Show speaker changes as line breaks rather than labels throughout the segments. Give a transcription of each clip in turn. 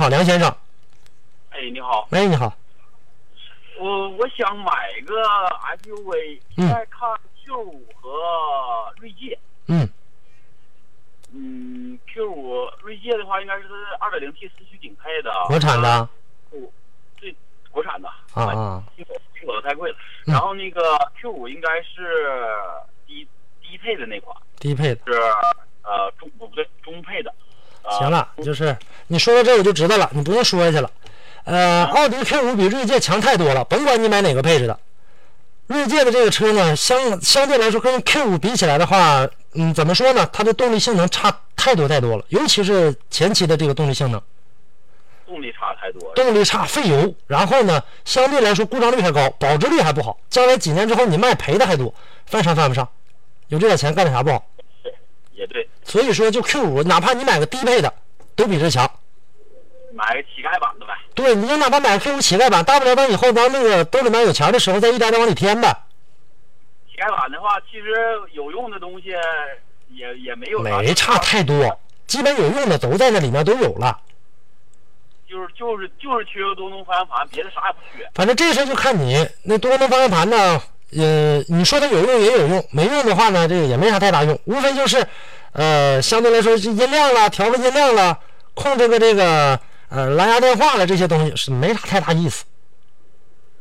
好，梁先生，
哎，你好，
喂，你好，
我我想买个 SUV，
嗯
在看秀五和锐界。
嗯
嗯，Q 五锐界的话，应该是二点零 T 四驱顶配的啊，呃
国产的啊
对，国产的哎
啊啊，
进口进口的太贵了。
嗯
然后那个 Q 五应该是低低配的那款，
低配的。
是呃中不对中配的。呃
行，了，就是你说到这我就知道了，你不用说下去了。呃，奥迪 Q 五比锐界强太多了，甭管你买哪个配置的。锐界的这个车呢，相相对来说跟 Q 五比起来的话，嗯，怎么说呢？它的动力性能差太多太多了，尤其是前期的这个动力性能，
动力差太多了。
动力差费油，然后呢，相对来说故障率还高，保值率还不好，将来几年之后你卖赔的还多，犯啥犯不上，有这点钱干点啥不好？
也对，
所以说，就 Q 五，哪怕你买个低配的，都比这强。
买个乞丐版的呗。
对，你就哪怕买个 Q 五乞丐版，大不了等以后咱那个兜里面有钱的时候，再一点点往里添呗。
乞丐版的话，其实有用的东西也也没有啥
没差太多，基本有用的都在那里面都有了。
就是就是就是缺个多功能方向盘，别的啥也不缺。
反正这事儿就看你那多功能方向盘呢，呃，你说它有用也有用，没用的话呢，这个也没啥太大用，无非就是，呃，相对来说是音量啦，调个音量啦，控制个这个呃蓝牙电话了这些东西是没啥太大意思。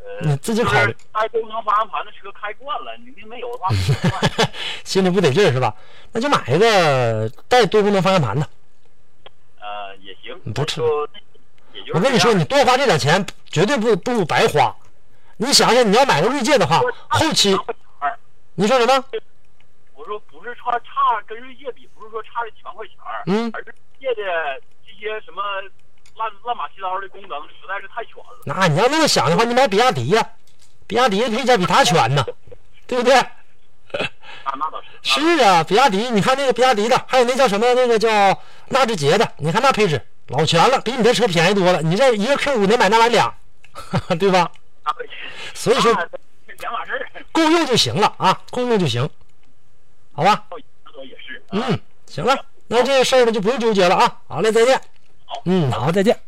呃，
你嗯自己考虑
就是带多功能方向盘的车开惯了，你那没 有的话开惯了
心里不得劲儿是吧？那就买一个带多功能方向盘的。
呃也行。
不吃
就也就是啊
我跟你说，你多花这点钱绝对不不白花。你想想，你要买个锐界的话，后期
二，
你说什么？
我说不是差差跟锐界比，不是说差这几万块钱儿，
嗯
而是锐界的这些什么乱乱码七糟的功能实在是太全了。
那你要那么想的话，你买比亚迪呀、比亚迪的配件比它全呢，对不对？
啊，那倒是。
是啊，比亚迪，你看那个比亚迪的，还有那叫什么那个叫纳智捷的，你看那配置老全了，比你这车便宜多了。你这一个 Q 五能买那玩意俩， 对吧？
啊，
所以说
那这两码事儿，
够用就行了啊，够用就行，好吧？
那倒也是。啊
嗯，行了，那这事儿呢就不用纠结了啊。好嘞，再见。嗯，好，再见。